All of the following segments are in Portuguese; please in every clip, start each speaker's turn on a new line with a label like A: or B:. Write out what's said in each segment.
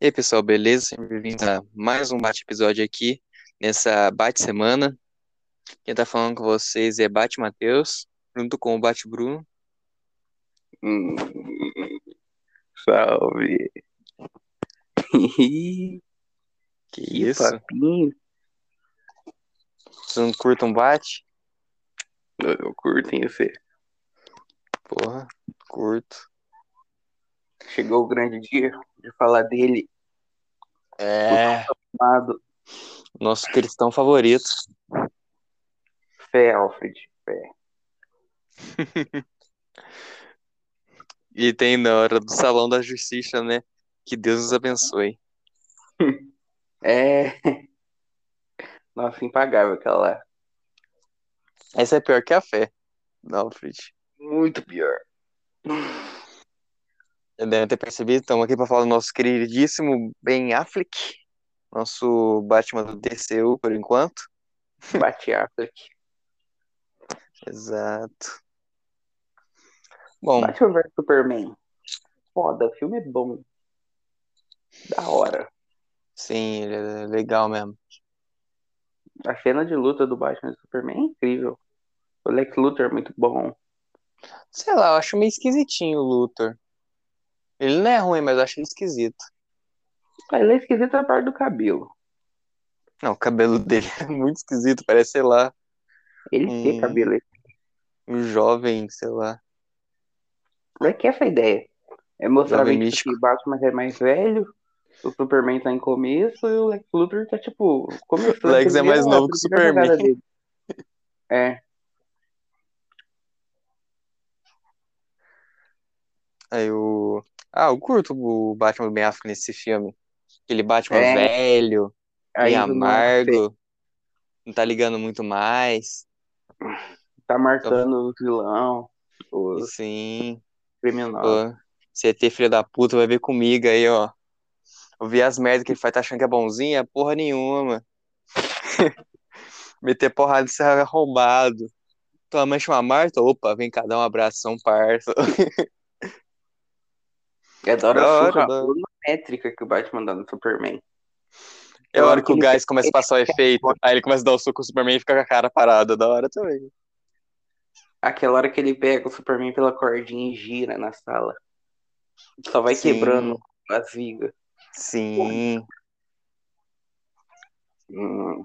A: E aí, pessoal, beleza? Sejam bem-vindos a mais um bate-episódio aqui, nessa bate-semana. Quem tá falando com vocês é Bate Matheus, junto com o Bate Bruno.
B: Hum, salve! que
A: Que isso?
B: papinho!
A: Vocês não curtam Bate?
B: Eu, eu curto, hein, você.
A: Porra, curto.
B: Chegou o grande dia de falar dele,
A: É,
B: amado
A: nosso cristão favorito.
B: Fé, Alfred. Fé.
A: E tem na hora do Salão da Justiça, né? Que Deus nos abençoe.
B: É. Nossa, impagável aquela lá.
A: Essa é pior que a fé, do Alfred.
B: Muito pior.
A: Já devem ter percebido, estamos aqui para falar do nosso queridíssimo Ben Affleck, nosso Batman do DCU por enquanto.
B: Bate Affleck.
A: Exato. Bom,
B: Batman vs Superman. Foda, o filme é bom. Da hora.
A: sim, ele é legal mesmo.
B: A cena de luta do Batman e Superman é incrível. O Lex Luthor é muito bom.
A: Sei lá, eu acho meio esquisitinho o Luthor. Ele não é ruim, mas eu acho ele esquisito.
B: Ah, Ele é esquisito a parte do cabelo.
A: Não, o cabelo dele é muito esquisito, parece, sei lá,
B: Ele
A: Hum.
B: tem cabelo.
A: um jovem, sei lá.
B: Não é que essa é a ideia. É mostrar
A: Jovem
B: bem
A: místico.
B: que o Batman é mais velho, o Superman tá em começo e o Lex Luthor tá, tipo, começando.
A: Lex é
B: primeira-
A: mais novo
B: a
A: que o
B: primeira
A: Superman.
B: jogada dele. É,
A: Aí o. Ah, eu curto o Batman do Ben Affleck nesse filme. Aquele Batman
B: É.
A: velho,
B: aí
A: meio
B: do nada,
A: amargo, não tá ligando muito mais.
B: tá marcando o vilão, o
A: Sim.
B: criminal.
A: Pô, você ter filho da puta, vai ver comigo aí, ó. Eu vi as merdas que ele faz, tá achando que é bonzinho? É porra nenhuma. Meter porrada nesse arrombado. Tua mãe chama Marta? Opa, vem cá, dá um abração, parça.
B: É da hora
A: da
B: a
A: hora,
B: surra
A: da hora.
B: volumétrica que o Batman dá no Superman.
A: É a hora que o gás começa a passar o efeito. Aí ele começa a dar o soco no Superman e fica com a cara parada. Da hora também.
B: Aquela hora que ele pega o Superman pela cordinha e gira na sala. Só vai
A: Sim.
B: quebrando a viga.
A: Sim.
B: Hum,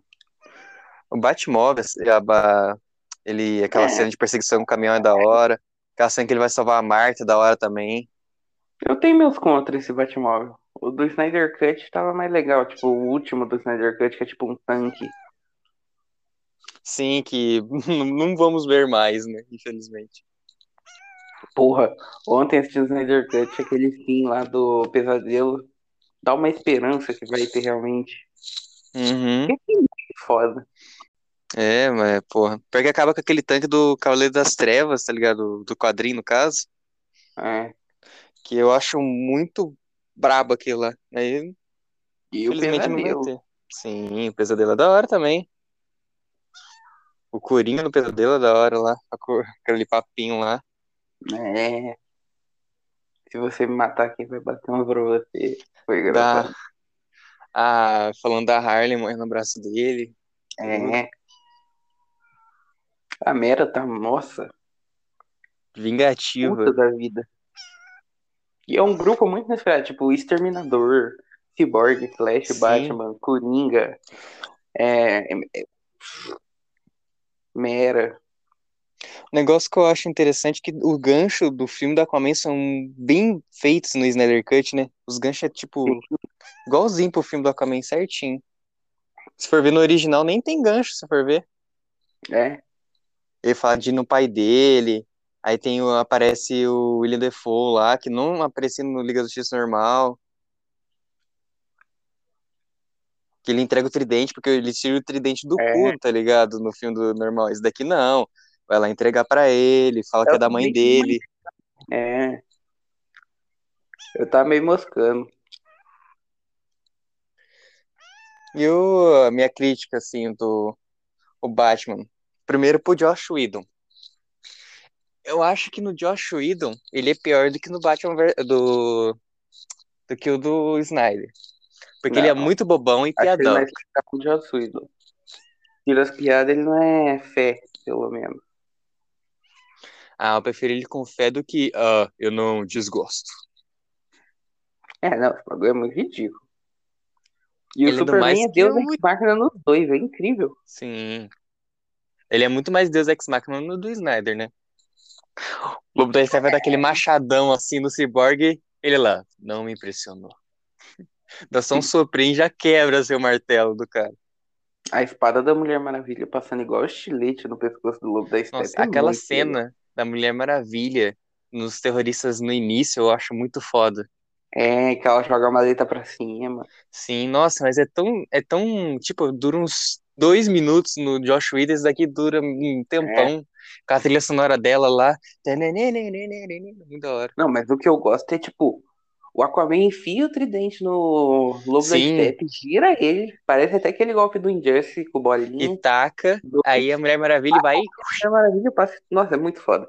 A: O Batmóvel, esse- a ba- ele, aquela
B: É.
A: cena de perseguição com o caminhão é da hora. Aquela cena que ele vai salvar a Marta é da hora também.
B: Eu tenho meus contra esse Batmóvel. O do Snyder Cut tava mais legal, tipo, o último do Snyder Cut, que é tipo um tanque.
A: Sim, que não vamos ver mais, né? Infelizmente.
B: Porra, ontem assisti o Snyder Cut, aquele fim lá do pesadelo. Dá uma esperança que vai ter realmente.
A: Uhum.
B: Que foda.
A: É, mas, porra. Pior que acaba com aquele tanque do Cavaleiro das Trevas, tá ligado? Do quadrinho, no caso.
B: É.
A: Que eu acho muito brabo aquilo lá. Aí,
B: E o
A: infelizmente, não vai
B: pesadelo.
A: ter. Sim, o pesadelo é da hora também. O Coringa no pesadelo é da hora lá. a cor- Aquele papinho lá.
B: É. Se você me matar, quem vai bater um pra você? Foi
A: Da...
B: engraçado.
A: Ah, falando da Harley morrendo no braço dele.
B: É. A Mera tá, nossa,
A: Vingativa.
B: puta da vida. E é um grupo muito inesperado, tipo, o Exterminador, Cyborg, Flash,
A: Sim.
B: Batman, Coringa, é, é, é, Mera.
A: O negócio que eu acho interessante é que o gancho do filme da Aquaman são bem feitos no Snyder Cut, né? Os ganchos é tipo igualzinho pro filme do Aquaman, certinho. Se for ver no original, nem tem gancho, se for ver.
B: É,
A: Ele fala de ir no pai dele, aí tem o, aparece o William Defoe lá, que não aparecia no Liga da Justiça normal. Que ele entrega o tridente, porque ele tira o tridente do
B: É.
A: cu, tá ligado? No filme do normal. Esse daqui não. Vai lá entregar pra ele, fala que é da mãe dele.
B: é. Eu tava meio moscando.
A: E o, a minha crítica, assim, do o Batman. Primeiro pro Josh Whedon. Eu acho que no Josh Whedon ele é pior do que no Batman ver- do do que o do Snyder. Porque
B: Não.
A: ele é muito bobão e
B: Acho que ele é
A: piadão.
B: vai ficar com o Joe Suído. Tira as piadas, ele não é fé, pelo menos.
A: Ah, eu prefiro ele com fé do que ah, eu não desgosto.
B: É, não, esse bagulho é muito ridículo. E
A: Ele
B: o
A: não
B: Superman
A: mais
B: é Deus
A: que
B: ex máquina nos dois, é incrível.
A: Sim. Ele é muito mais Deus Ex Machina no- do Snyder, né? O Lobo da Steven dá aquele machadão assim no Cyborg, ele lá, não me impressionou. Dá só um soprinho e já quebra seu martelo do cara.
B: A espada da Mulher Maravilha passando igual estilete no pescoço do lobo da Steppe.
A: Nossa,
B: é
A: aquela
B: muito incrível.
A: cena da Mulher Maravilha nos terroristas no início, eu acho muito foda.
B: É, que ela joga a maleta pra cima.
A: Sim, nossa, mas é tão, é tão, tipo, dura uns dois minutos no Josh Whedon, isso daqui dura um tempão, com a trilha sonora dela lá. Muito da hora.
B: Não, mas o que eu gosto é, tipo, o Aquaman enfia o tridente no lobo
A: Sim.
B: da Steppe, gira ele. Parece até aquele golpe do Injustice com bolinha.
A: E taca, aí a Mulher Maravilha vai
B: É maravilha, passa. Nossa, é muito foda.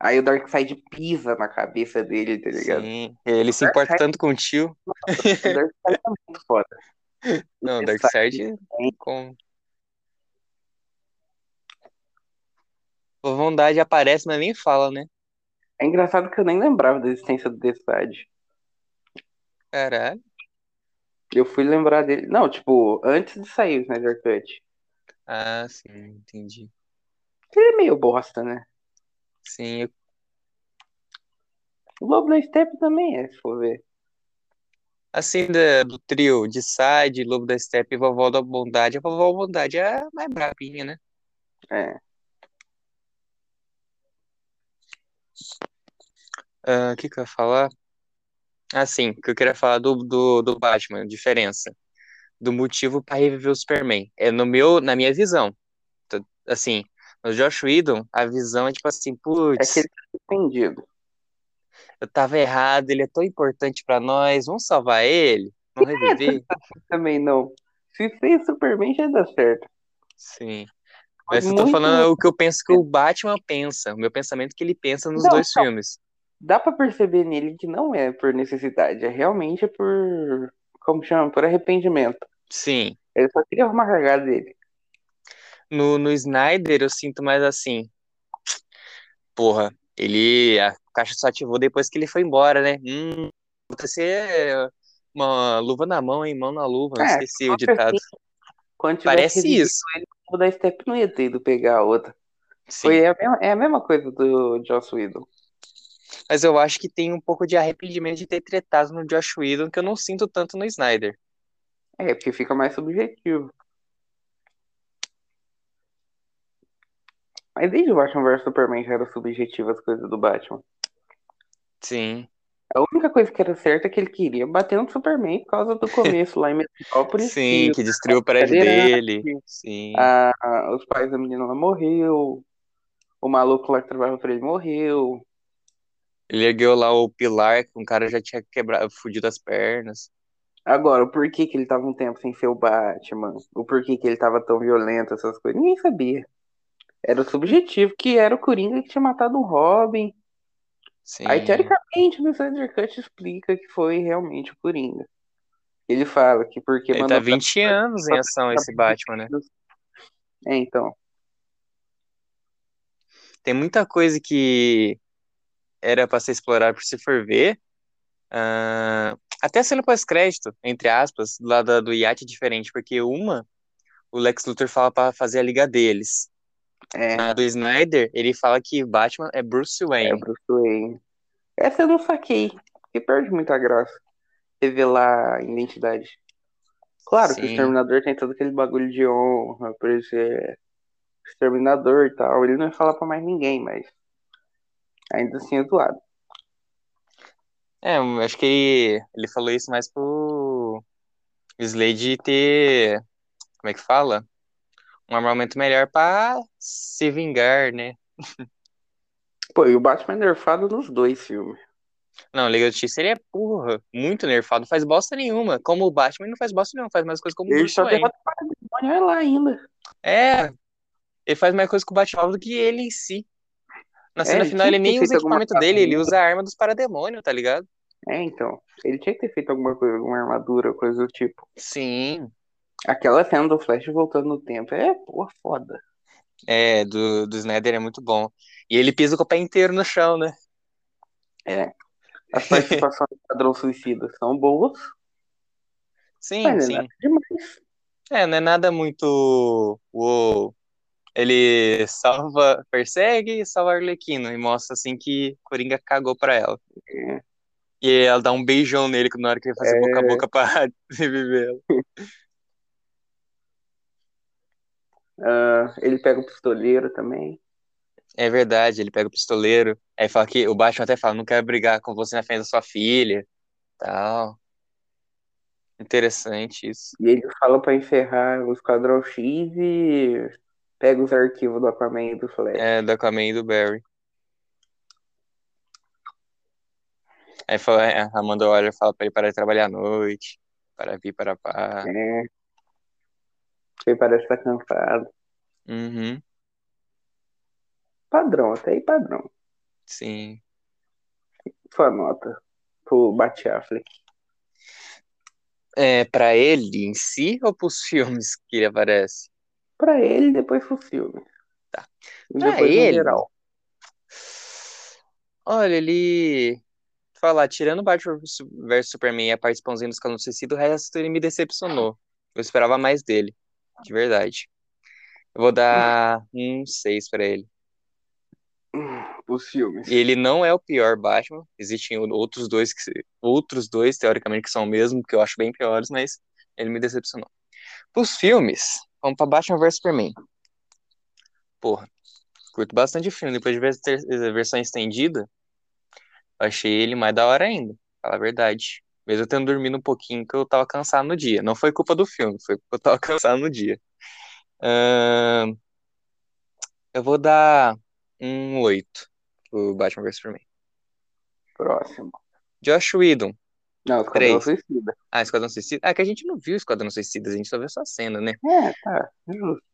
B: Aí o Darkseid pisa na cabeça dele, tá ligado? Uhum.
A: Sim, ele se importa tanto com o tio.
B: O Darkseid é muito foda.
A: Não,
B: O
A: Darkseid com Por vontade aparece, mas nem fala, né?
B: É engraçado que eu nem lembrava da existência do Darkseid.
A: Caralho.
B: Eu fui lembrar dele. Não, tipo, antes de sair o Snyder Cut.
A: Ah, sim, entendi.
B: Ele é meio bosta, né?
A: Sim, eu-
B: O Lobo da Steppe também é, se for ver.
A: assim, da- do trio de Side, Lobo da Steppe e Vovó da Bondade, a Vovó da Bondade é a mais brabinha, né?
B: É.
A: Ah, O que que eu ia falar? Ah, sim, que eu queria falar do, do, do Batman, diferença. Do motivo para reviver o Superman. É no meu, na minha visão. T- Assim, no Josh Whedon, a visão é tipo assim,
B: É
A: putz,
B: que ele tá suspendido.
A: eu tava errado, ele é tão importante pra nós, vamos salvar ele,
B: É,
A: vamos
B: tá
A: reviver.
B: Também não. Se fez Superman já dá certo.
A: Sim.
B: Mas
A: Mas eu tô
B: muito-
A: falando o que eu penso que o Batman pensa, o meu pensamento que ele pensa nos
B: Não, então.
A: dois
B: não.
A: filmes.
B: Dá pra perceber nele que não é por necessidade, é realmente por. Como chama? Por arrependimento.
A: Sim.
B: Ele só queria arrumar a cagada dele.
A: No, no Snyder, eu sinto mais assim, porra, ele, a caixa só ativou depois que ele foi embora, né? Hum, você é uma luva na mão, hein? Mão na luva, eu
B: É,
A: esqueci o ditado.
B: Quando tivesse
A: Parece
B: revivido
A: isso.
B: ele, o da Step não ia ter ido pegar a outra.
A: Sim.
B: Foi a mesma, é a mesma coisa do Joss Whedon.
A: Mas eu acho que tem um pouco de arrependimento de ter tretado no Josh Whedon, que eu não sinto tanto no Snyder.
B: É, porque fica mais subjetivo. Mas desde o Batman vs Superman já era subjetivo as coisas do Batman.
A: Sim.
B: A única coisa que era certa é que ele queria bater no Superman por causa do começo lá em Metrópolis.
A: Sim,
B: e
A: que destruiu o prédio dele. Sim.
B: a- a- os pais da menina lá morreu. O maluco lá que trabalhava pra ele morreu.
A: Ele ergueu lá o pilar, que um cara já tinha quebrado, fudido as pernas.
B: Agora, o porquê que ele tava um tempo sem ser o Batman, o porquê que ele tava tão violento, essas coisas, ninguém sabia. Era subjetivo, que era o Coringa que tinha matado um Robin.
A: Sim.
B: Aí, teoricamente, o Snyder Cut explica que foi realmente o Coringa. Ele fala que porque
A: Ele tá 20 anos em ação, esse Batman, né?
B: É, então.
A: Tem muita coisa que era pra ser explorada, por se for ver. Ah, até a cena pós-crédito, entre aspas, lá da- do iate é diferente, porque uma, o Lex Luthor fala pra fazer a liga deles.
B: É,
A: Na do Snyder, ele fala que Batman é Bruce
B: é o
A: Wayne.
B: Bruce Wayne. Essa eu não saquei, porque perde muita graça revelar a identidade. Claro que o
A: Sim.
B: Exterminador tem todo aquele bagulho de honra, por ele ser Exterminador e tal. Ele não ia falar pra mais ninguém, mas ainda assim é zoado.
A: É, eu acho que ele, ele falou isso mais pro Slade ter, como é que fala? Um armamento melhor pra se vingar, né?
B: Pô, e o Batman é nerfado nos dois filmes.
A: Não, Liga da Justiça, ele é porra, muito nerfado, não faz bosta nenhuma. Como o Batman, ele não faz bosta nenhuma, faz mais coisa como o
B: Ele
A: Bruce
B: só
A: Wayne.
B: derrota o Parademônio, olha lá ainda.
A: É, ele faz mais coisa com o Batman do que ele em si. Na
B: É,
A: cena
B: ele
A: final
B: tinha
A: ele nem
B: feito
A: usa
B: alguma
A: equipamento dele, ele
B: armadura.
A: usa a arma dos parademônios, tá ligado?
B: É, então. Ele tinha que ter feito alguma coisa, alguma armadura, coisa do tipo.
A: Sim.
B: Aquela cena do Flash voltando no tempo é, porra, foda.
A: É, do, do Snyder é muito bom. E ele pisa com o pé inteiro no chão, né?
B: As participações do Padrão Suicida são boas,
A: Sim,
B: mas não é
A: sim.
B: nada demais.
A: É, não é nada muito. Uou. Ele salva, persegue e salva a Arlequina e mostra assim que Coringa cagou pra ela.
B: É.
A: E aí ela dá um beijão nele na hora que ele vai fazer boca a boca pra reviver ela.
B: Ah, ele pega o pistoleiro também.
A: É verdade, ele pega o pistoleiro. Aí fala que o Batman até fala: não quero brigar com você na frente da sua filha. Tal. Interessante isso.
B: E ele fala pra encerrar o Esquadrão X e pega os arquivos do Aquaman e do Flash.
A: É, da Aquaman e do Barry. Aí fala, é, a Amanda olha e fala pra ele parar de trabalhar à noite. Para vir, para pá.
B: É. Ele parece estar cansado.
A: Uhum,
B: Padrão, até aí padrão.
A: sim.
B: Sua nota pro Batafleck.
A: É, pra ele em si ou pros filmes que ele aparece?
B: Pra ele, depois pro filme.
A: Tá.
B: E
A: Pra
B: depois no
A: ele?
B: geral.
A: Olha, ele. Falar, tirando Batman vs Superman e a participaçãozinha dos Esquadrão Suicida, o resto ele me decepcionou. Eu esperava mais dele, de verdade. Eu vou dar um 6 pra ele.
B: Os filmes.
A: E ele não é o pior Batman. Existem o- outros dois que se- outros dois teoricamente que são o mesmo, que eu acho bem piores, mas ele me decepcionou. Os filmes, vamos pra Batman vs Superman. Porra, curto bastante o filme depois de ver a ter- a versão estendida, eu achei ele mais da hora ainda, fala a verdade. Mesmo eu tendo dormido um pouquinho, que eu tava cansado no dia. Não foi culpa do filme, foi porque eu tava cansado no dia. Ahn, eu vou dar um 8 pro Batman vs Superman.
B: Próximo.
A: Josh Whedon,
B: Não, Esquadrão
A: Três.
B: Suicida.
A: Ah, Esquadrão Suicida. Ah, que a gente não viu Esquadrão Suicida, a gente só viu só a cena, né?
B: É, tá. Justo.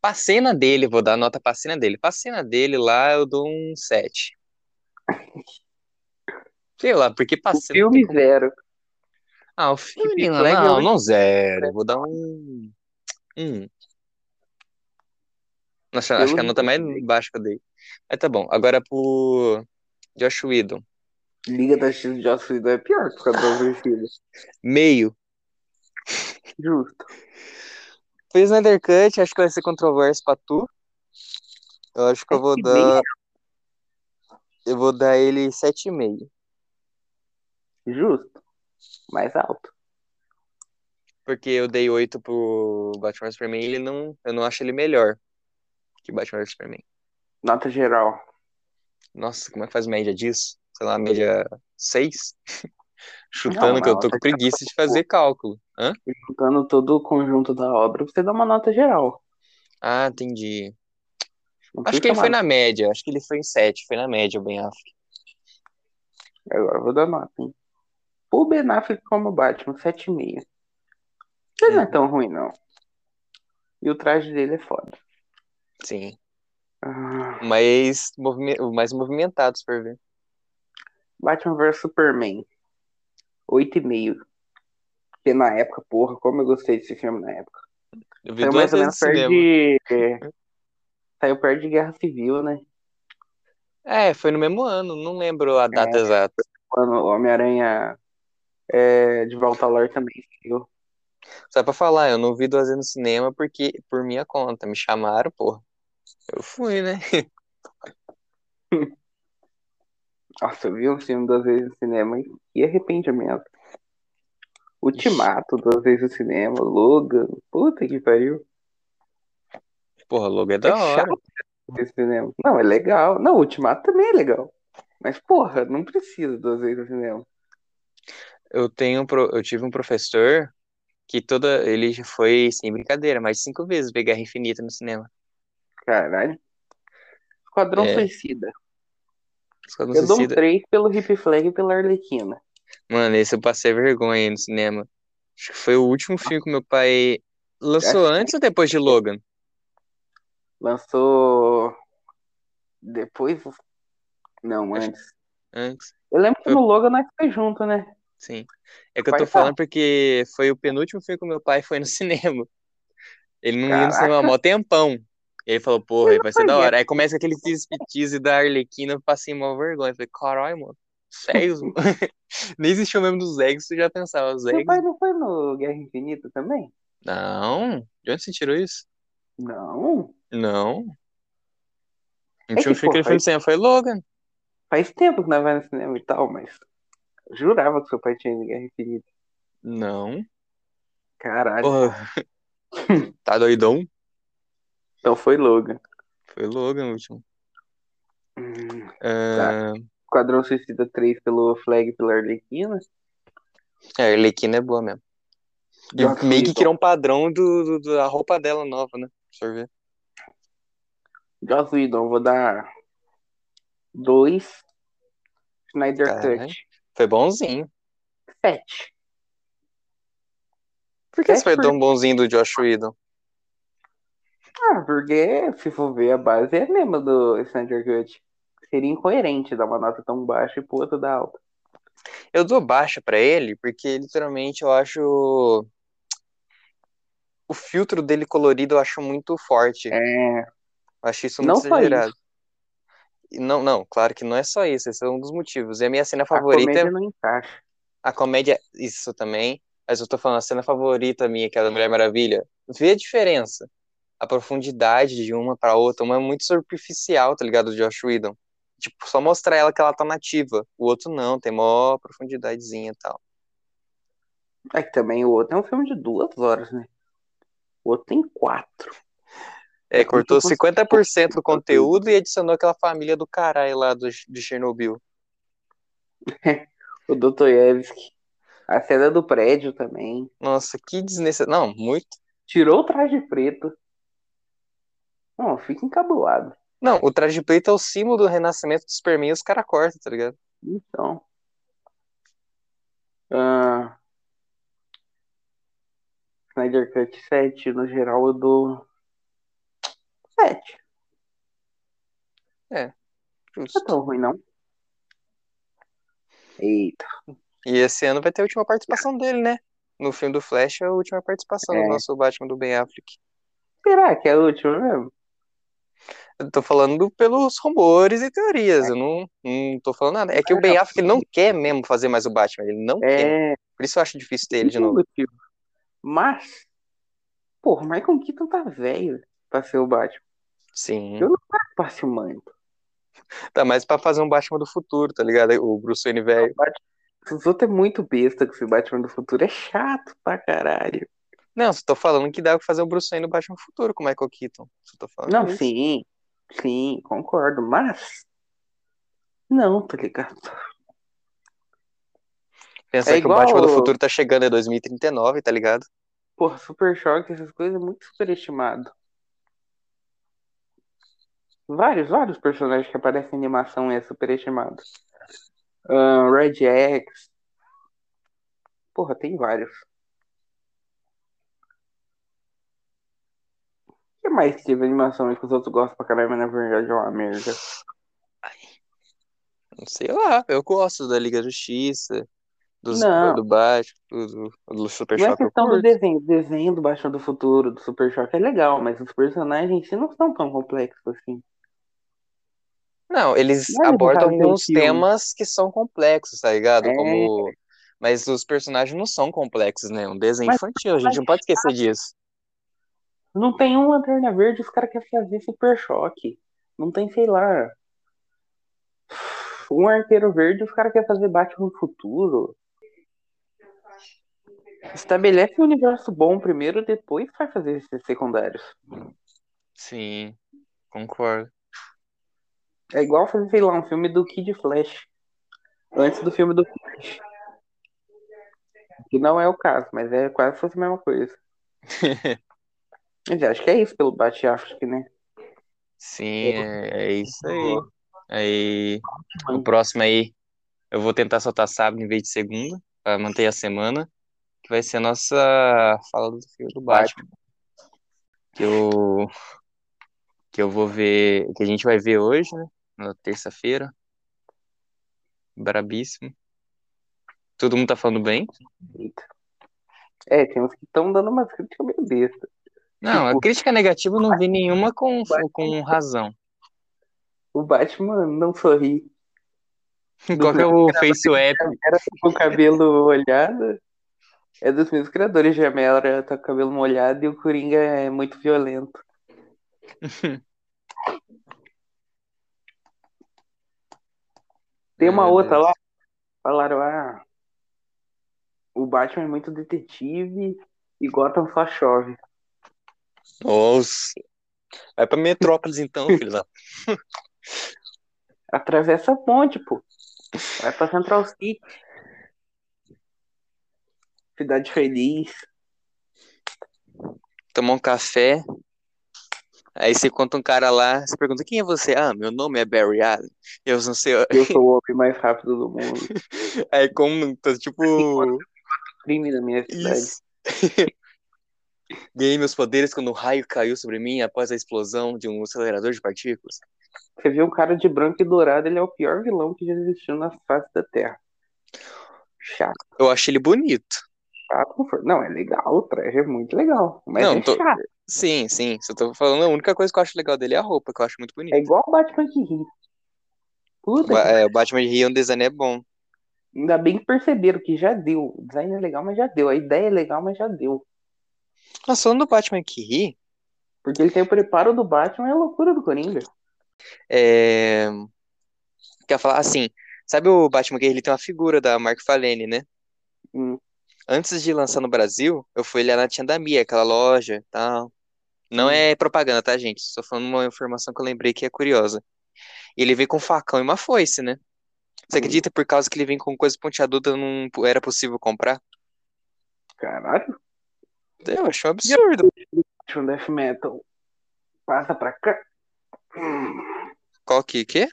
A: Pra cena dele, vou dar nota pra cena dele. Pra cena dele lá, eu dou um 7. Sei lá, porque pra
B: O
A: cena não tem
B: filme
A: como-
B: zero.
A: Ah, o filme
B: Que
A: não,
B: picolé de
A: não,
B: oito.
A: não zero. Eu Vou dar um... um. Nossa, acho que é a
B: Pelo
A: nota mais
B: menos.
A: baixa que eu dei. Mas tá bom, agora pro Josh Whedon.
B: Liga da X de Joss Whedon é pior que Esquadrão Suicida.
A: Meio.
B: Justo.
A: Fez Snyder Cut, acho que vai ser controverso pra tu. Eu acho que eu vou
B: Sete e meio?
A: dar... Eu vou dar ele 7,5.
B: Justo. Mais alto.
A: Porque eu dei 8 pro Batman vs Superman e ele não, eu não acho ele melhor que Batman vs Superman.
B: Nota geral.
A: Nossa, como é que faz média disso? Sei lá, média 6? Chutando
B: Não,
A: que eu
B: não,
A: tô
B: tá
A: com preguiça de fazer cálculo. Hã?
B: juntando todo o conjunto da obra, você dá uma nota geral.
A: Ah, entendi.
B: Não
A: Acho
B: precisa
A: que ele foi
B: chamar-
A: na média, acho que ele foi em 7, foi na média o Ben Affleck.
B: Agora eu vou dar nota, hein? O Ben Affleck como Batman, 7,5. Ele não é tão ruim, não. E o traje dele é foda.
A: Sim.
B: Ah,
A: Mas movime- mais movimentados por ver.
B: Batman vs Superman, 8,5. Porque na época, porra, como eu gostei desse filme na época.
A: Eu vi
B: Saiu
A: duas
B: mais ou
A: vezes no
B: menos perto
A: cinema.
B: de... é, Saiu perto de Guerra Civil, né?
A: É, foi no mesmo ano, não lembro a data
B: É.
A: exata.
B: Quando o Homem-Aranha é, de Volta ao Lar também saiu.
A: Só pra falar, eu não vi duas vezes no cinema porque, por minha conta, me chamaram, porra. Eu fui, né?
B: Nossa, eu vi um filme duas vezes no cinema e- e arrependimento. Ultimato, duas vezes no cinema, Logan. Puta que pariu.
A: Porra, logo é
B: É
A: da hora.
B: chato esse cinema. Não, é legal. Não, Ultimato também é legal. Mas, porra, não precisa duas vezes no cinema.
A: Eu tenho, um pro- eu tive um professor que toda, ele já foi sem brincadeira, mais de cinco vezes ver Guerra Infinita no cinema.
B: Caralho. Esquadrão
A: É.
B: Suicida.
A: Esquadrão
B: Eu dou um
A: Suicida.
B: 3 pelo Hip Flag e pela Arlequina.
A: Mano, esse eu passei vergonha no cinema. Acho que foi o último filme que meu pai lançou
B: Acho que
A: antes ou depois de Logan?
B: lançou Depois. Não,
A: Acho-
B: antes.
A: Antes,
B: Eu lembro que
A: Eu-
B: no Logan nós foi junto, né?
A: sim. É que eu
B: Vai
A: tô
B: tá.
A: falando porque foi o penúltimo filme que o meu pai foi no cinema. Ele não ia no
B: Caraca.
A: cinema há mó tempão. Ele falou, porra, vai ser
B: foi
A: da
B: ver.
A: hora. Aí começa aquele striptease da Arlequina, eu passei mó vergonha. Eu falei, caralho, mano, sério? mano?" Nem existiu o meme dos eggs, tu já pensava, os
B: Meu
A: eggs?
B: pai não foi no Guerra Infinita também?
A: Não, de onde você tirou isso?
B: Não.
A: Não. O
B: É que,
A: último filme que ele
B: porra,
A: foi no cinema foi Logan.
B: Faz tempo que nós vai no cinema e tal, mas. Jurava que seu pai tinha ido no Guerra Infinita.
A: Não.
B: Caralho.
A: Porra. Tá doidão?
B: Então foi Logan.
A: Foi Logan o último.
B: Hum,
A: Ah,
B: Esquadrão Suicida 3 pelo Flag e pela Arlequina.
A: é, a Arlequina é boa mesmo. E
B: Joss
A: meio que
B: Whedon.
A: criou um padrão do, do- da roupa dela nova, né? Deixa eu ver.
B: Joss Whedon, vou dar. Dois. Snyder
A: Caralho.
B: Cut.
A: Foi bonzinho.
B: Sete.
A: Por que
B: É
A: você foi
B: por-
A: tão bonzinho do Josh Whedon? um-
B: Ah, porque se for ver a base é a mesma do Snyder Cut. Seria incoerente dar uma nota tão baixa e pôr outra dar alta.
A: Eu dou baixa pra ele, porque literalmente eu acho. O filtro dele colorido eu acho muito forte.
B: É,
A: Eu acho isso muito
B: não só
A: exagerado.
B: isso.
A: E Não, não, claro que não é só isso, esse é um dos motivos. E a minha cena
B: A
A: favorita é
B: comédia não encaixa.
A: A comédia, isso também. Mas eu tô falando, a cena favorita minha, que é a da Mulher Maravilha. Vê a diferença. A profundidade de uma pra outra. Uma é muito superficial, tá ligado? Do Josh Whedon. Tipo, só mostrar ela que ela tá nativa. O outro não, tem mó profundidadezinha e tal.
B: É que também o outro é um filme de duas horas, né? O outro tem quatro.
A: É, cortou
B: tipo,
A: 50% do conteúdo e adicionou aquela família do caralho lá do, de Chernobyl.
B: O Dostoiévski. A cena do prédio também.
A: Nossa, que desnecessário. Não, muito.
B: Tirou o traje preto. Não, fica encabulado.
A: Não, o traje preto é o símbolo do renascimento do Superman e os caras cortam, tá ligado?
B: Então. Ah, Snyder Cut 7, no geral eu dou 7. Não é
A: Justo.
B: tão ruim, não. Eita.
A: E esse ano vai ter a última participação dele, né? No filme do Flash é a última participação
B: É.
A: do nosso Batman do Ben Affleck.
B: Será que é a última mesmo?
A: Eu tô falando pelos rumores e
B: É.
A: teorias, eu não, não tô falando nada. É que o Ben Affleck ele não quer mesmo fazer mais o Batman, ele não quer.
B: É.
A: Por isso eu acho difícil ter ele de
B: Isso é um
A: novo.
B: motivo. Mas, porra, o Michael Keaton tá velho pra ser o Batman.
A: Sim.
B: Eu- Passe o manto.
A: Tá mais pra fazer um Batman do futuro, tá ligado? O Bruce Wayne velho.
B: O Batman- Os outros é muito besta que esse Batman do futuro é chato pra caralho.
A: Não, só tô falando que dá pra fazer o Bruce Wayne no Batman do futuro com o Michael Keaton. Só tô falando
B: Não,
A: isso.
B: sim, sim, concordo, mas. Não, tá ligado?
A: Pensar
B: É
A: que
B: igual
A: o Batman do
B: o-
A: futuro tá chegando em 2039, tá ligado?
B: Porra, super choque, essas coisas é muito superestimado. Vários, vários personagens que aparecem em animação é superestimado. Ah, Red X. Porra, tem vários. O que mais teve animação aí que os outros gostam pra caralho, mas na verdade é uma merda?
A: Sei lá, eu gosto da Liga da Justiça, dos,
B: Não.
A: do Batman, do, do Super
B: Não é
A: Choque. eu
B: questão do
A: curto.
B: desenho. O desenho do Batman do Futuro, do Super Choque é legal, mas os personagens em si não são tão complexos assim.
A: Não, eles
B: Não é
A: abordam
B: necessário ter um
A: alguns
B: filme.
A: temas que são complexos, tá ligado?
B: É.
A: Como... Mas os personagens não são complexos, né? Um desenho
B: Mas-
A: infantil, a gente não pode esquecer disso.
B: Não tem um Lanterna Verde, os caras querem fazer Super Choque. Não tem, sei lá. Um arqueiro verde, os caras querem fazer Batman no futuro. Estabelece um universo bom primeiro, depois vai fazer esses secundários.
A: Sim, concordo.
B: É igual fazer, sei lá, um filme do Kid Flash. Antes do filme do Flash. Que não é o caso, mas é quase fosse a mesma coisa. Mas acho que é isso pelo Bate Affleck, né?
A: Sim, é, é isso aí. Aí, o próximo aí, eu vou tentar soltar sábado em vez de segunda, pra manter a semana, que vai ser a nossa fala do filme do Batman. Que eu, que eu vou ver, que a gente vai ver hoje, né? na terça-feira. Brabíssimo. Todo mundo tá falando bem?
B: Eita. É, tem uns que estão dando umas críticas meio besta.
A: Não, a crítica negativa eu não vi nenhuma com, com razão.
B: O Batman não sorri.
A: Qual que é o face app?
B: Era com o cabelo molhado. É dos mesmos criadores de Amela, ela tá com o cabelo molhado e o Coringa é muito violento. Tem uma
A: Meu
B: outra
A: Deus.
B: lá, falaram, ah, o Batman é muito detetive e Gotham só chove.
A: Nossa. Vai É pra Metrópolis então, filho da...
B: Atravessa a ponte, pô. Vai pra Central City. Cidade Feliz.
A: Tomar um café. Aí você conta um cara lá, você pergunta, quem é você? Ah, meu nome é Barry Allen. Eu não sei...
B: Eu sou o homem mais rápido do mundo.
A: Aí como, tá, tipo...
B: Crime na minha cidade.
A: Isso. Ganhei meus poderes quando o raio caiu sobre mim após a explosão de um acelerador de partículas.
B: Você viu um cara de branco e dourado, ele é o pior vilão que já existiu na face da Terra. Chato,
A: Eu achei ele bonito.
B: chato. não for- Não, é legal, o traje é muito legal. Mas
A: Não,
B: é
A: tô-
B: chato.
A: Sim, sim. Só tô falando, a única coisa que eu acho legal dele é a roupa, que eu acho muito bonita.
B: É igual o Batman de Rio. Puta,
A: Ba- é, o Batman de Rio, o design é bom.
B: que- ainda bem que perceberam que já deu. O design é legal, mas já deu. A ideia é legal, mas já deu.
A: Nossa, falando do Batman que ri,
B: Porque ele tem o preparo do Batman e a loucura do Coringa.
A: é... Quer falar assim, sabe o Batman que ri, ele tem uma figura da Mark Falene, né?
B: Hum.
A: Antes de lançar no Brasil, eu fui lá na Tia da Mia, aquela loja e tal.
B: Hum.
A: Não é propaganda, tá, gente? Só falando uma informação que eu lembrei que é curiosa. E ele veio com um facão e uma foice, né?
B: Hum.
A: Você acredita por causa que ele vem com coisa pontiaguda não era possível comprar?
B: Caralho,
A: Eu achei um absurdo.
B: Batman Death Metal. Passa pra cá. Hum.
A: Qual que, que?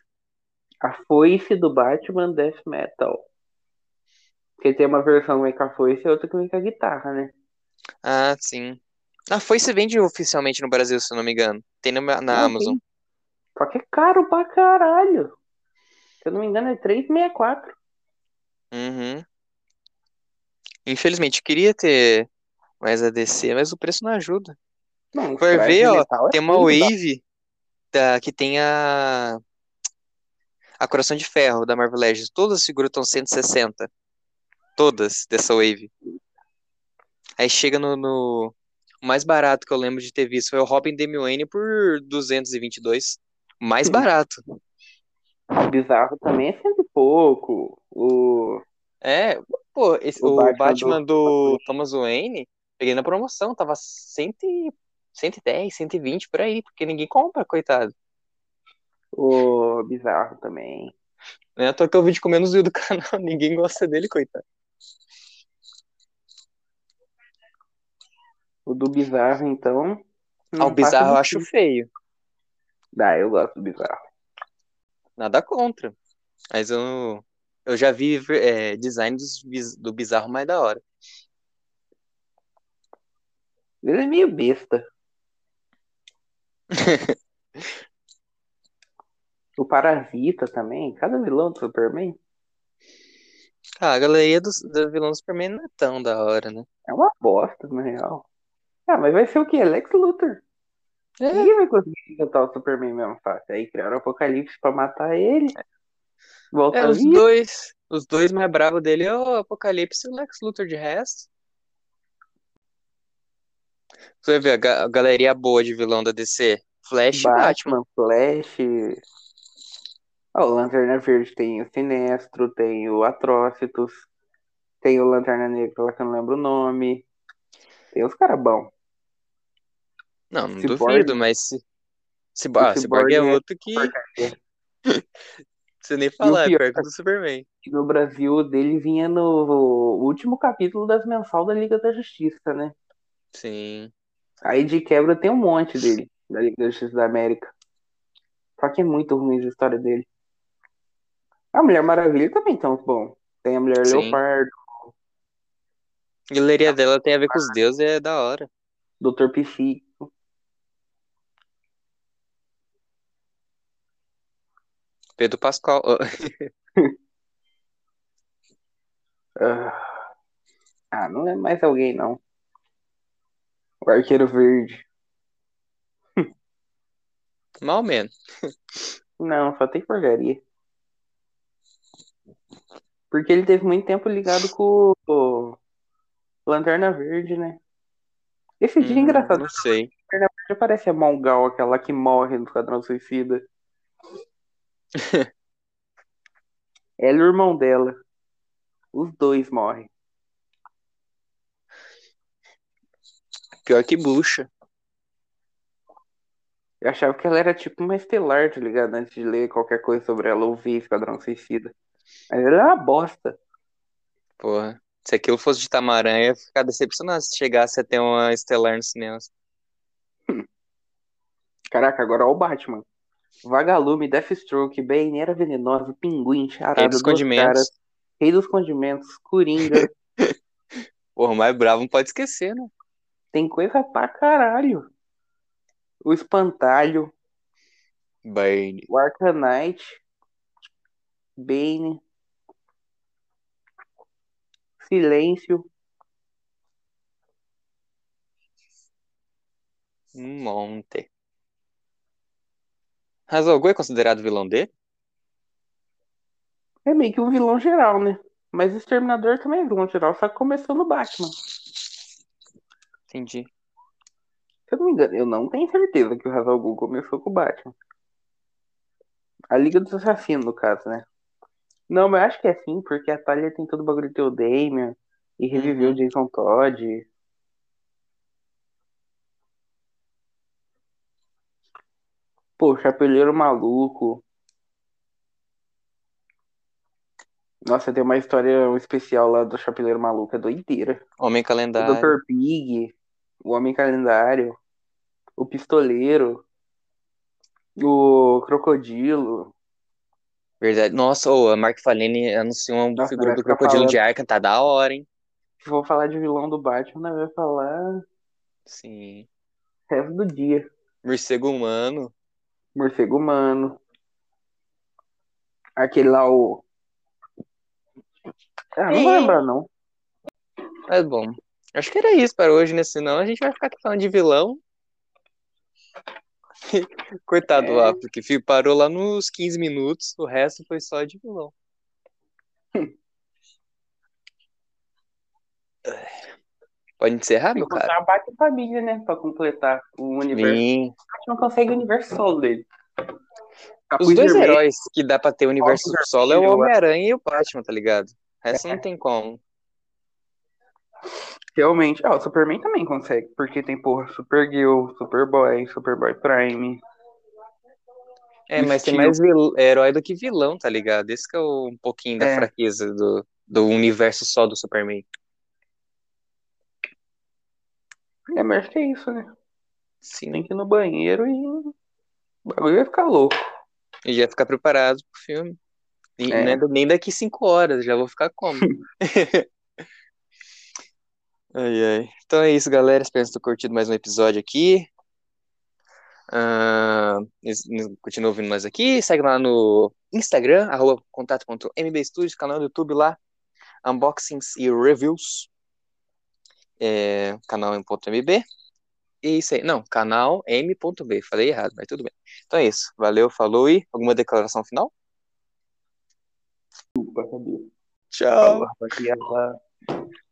B: A foice do Batman Death Metal. Porque tem uma versão que vem com a foice e outra que vem com a guitarra, né?
A: Ah, sim. A foice vende oficialmente no Brasil, se eu não me engano. Tem na, na
B: Ah,
A: Amazon.
B: Só que é caro pra caralho. Se eu não me engano, é 364.
A: Uhum. Infelizmente, eu queria ter mais a DC, mas o preço não ajuda.
B: Não,
A: Vai
B: traje
A: ver,
B: de
A: ó,
B: metal é
A: Tem uma
B: muito da-
A: Wave da, que tem a. A Coração de Ferro da Marvel Legends. Todas as figuras estão 160. Todas dessa Wave. Aí chega no, no- O mais barato que eu lembro de ter visto foi o Robin Demiwayne por 222. O Mais
B: Hum.
A: barato.
B: O bizarro também é cento e pouco. O...
A: É, pô, esse-
B: O
A: o
B: Batman
A: Batman, do... Thomas Wayne, peguei na promoção, tava 100, e- 110, 120 por aí, porque ninguém compra, coitado.
B: o bizarro também.
A: Não é à toa que é o vídeo com menos view do canal, ninguém gosta dele, coitado.
B: O do bizarro, então.
A: Ah,
B: não
A: o bizarro eu
B: passa
A: acho feio,
B: de- Dá, eu gosto do bizarro.
A: nada contra. Mas eu, eu já vi é, design dos biz- do bizarro mais da hora.
B: Ele é meio besta. O Parasita também. Cada vilão do Superman
A: Ah, a galeria do, do vilão do Superman não é tão da hora, né?
B: é uma bosta, na real. Ah, mas vai ser o quê? Lex Luthor.
A: É,
B: Ninguém vai conseguir enfrentar o Superman mesmo fácil. Aí criaram o Apocalipse pra matar ele. Volta
A: é,
B: a
A: os
B: vida.
A: dois, os dois mais bravos dele é o Apocalipse e o Lex Luthor de resto. Você vai ver a, ga- a galeria boa de vilão da DC. Flash e Batman.
B: Batman, Flash. Ó, o Lanterna Verde tem o Sinestro, tem o Atrócitos, tem o Lanterna Negra, lá que eu não lembro o nome. Tem os caras bons.
A: Não, não
B: Cyborg.
A: duvido, mas se, se, ah, Cyborg
B: O Cyborg
A: é
B: é
A: outro que você nem falar, é
B: pior-
A: perto do Superman.
B: E No Brasil, o dele vinha no último capítulo das mensal da Liga da Justiça, né?
A: Sim.
B: Aí de quebra tem um monte dele, da Liga da Justiça da América. Só que é muito ruim a história dele. A Mulher Maravilha também tem uns bons. Tem a Mulher
A: Sim.
B: Leopardo,
A: A galeria dela tem a ver com os deuses, é da hora.
B: Dr. Pichi.
A: Pedro Pascal. ó.
B: Ah, ah, não é mais alguém, não. O Arqueiro Verde.
A: Mal menos.
B: Não, só tem porcaria. Porque ele teve muito tempo ligado com o Lanterna Verde, né? Esse dia é
A: Uhum.
B: engraçado.
A: Não sei.
B: Já parece a Mongal, aquela que morre no Esquadrão Suicida. Ela e o irmão dela. Os dois morrem.
A: Pior que bucha.
B: Eu achava que ela era tipo uma estelar, tá ligado? Antes de ler qualquer coisa sobre ela, ouvir Esquadrão Suicida. Mas ela é uma bosta.
A: Porra. Se aquilo fosse de Tamarã, eu ia ficar decepcionado se chegasse a ter uma estelar nos cinemas.
B: Caraca, agora ó o Batman. Vagalume, Deathstroke, Baineira Venenosa, Pinguim, Charada,
A: Rei dos
B: Duas
A: Condimentos.
B: Caras, Rei dos Condimentos, Coringa.
A: Porra, o mais bravo não pode esquecer, né?
B: Tem coisa pra caralho. O Espantalho,
A: Bane.
B: o Arcanite, Bane, Silêncio.
A: Um monte. Hazalgu é considerado vilão dele?
B: É meio que um vilão geral, né? Mas o Exterminador também é vilão geral, só que começou no Batman.
A: Entendi.
B: Se eu não me engano, eu não tenho certeza que o Hazal Gul começou com o Batman. A Liga dos Assassinos, no caso, né? Não, mas eu acho que é sim, porque a Talia tem todo o bagulho de ter o Damien e reviveu o Jason Todd. Pô, Chapeleiro Maluco. Nossa, tem uma história um especial lá do Chapeleiro Maluco, é doideira.
A: Homem
B: O
A: calendário.
B: Dr. Pig, o Homem Calendário, o Pistoleiro, o Crocodilo.
A: Verdade. Nossa, ô, a Mark Falene anunciou uma
B: Nossa,
A: figura
B: vai
A: do
B: ficar
A: Crocodilo
B: falando.
A: de Arkham, tá da hora, hein?
B: Se for falar de vilão do Batman, nós vai falar o
A: Sim.
B: resto do dia.
A: Morcego humano.
B: Morcego Humano. Aquele lá, o. Ah, não vou
A: Ei.
B: lembrar, não.
A: Mas bom. Acho que era isso para hoje, né? Senão a gente vai ficar aqui falando de vilão. Coitado do
B: É.
A: Afro, que fi- parou lá nos 15 minutos, o resto foi só de vilão. Pode encerrar,
B: Tem
A: meu
B: que
A: cara?
B: botar o Batman Família, né? Pra completar o universo.
A: Sim.
B: O Batman consegue o universo solo dele. é
A: Os
B: Capuz
A: dois
B: Vermelho,
A: heróis que dá pra ter o universo
B: Óculos
A: solo é o
B: vermelho,
A: Homem-Aranha e o Batman, tá ligado? O resto
B: É.
A: não tem como.
B: Realmente. Ah, o Superman também consegue, porque tem, porra, Supergirl, Superboy, Superboy Prime.
A: É, mas tem
B: Steel.
A: mais vil- herói do que vilão, tá ligado? Esse que é o- um pouquinho da
B: É.
A: fraqueza do, do universo só do Superman.
B: É, mas acho que é isso, né?
A: Sim,
B: Tem que ir no banheiro e o bagulho vai ficar louco.
A: e já ficar preparado pro filme. E
B: É.
A: não é nem daqui cinco horas, já vou ficar como. Ai, ai. Então é isso, galera. Espero que tenham curtido mais um episódio aqui. Ah, es- n- continua ouvindo nós aqui. Segue lá no Instagram, arroba contato.mbstudios, canal do YouTube lá. Unboxings e reviews. É, canal m.mb. E é isso aí. Não, canal m.b. Falei errado, mas tudo bem. Então é isso. Valeu, falou e alguma declaração final?
B: Desculpa, sabia?
A: Tchau. Ah.
B: Falou, rapaziada.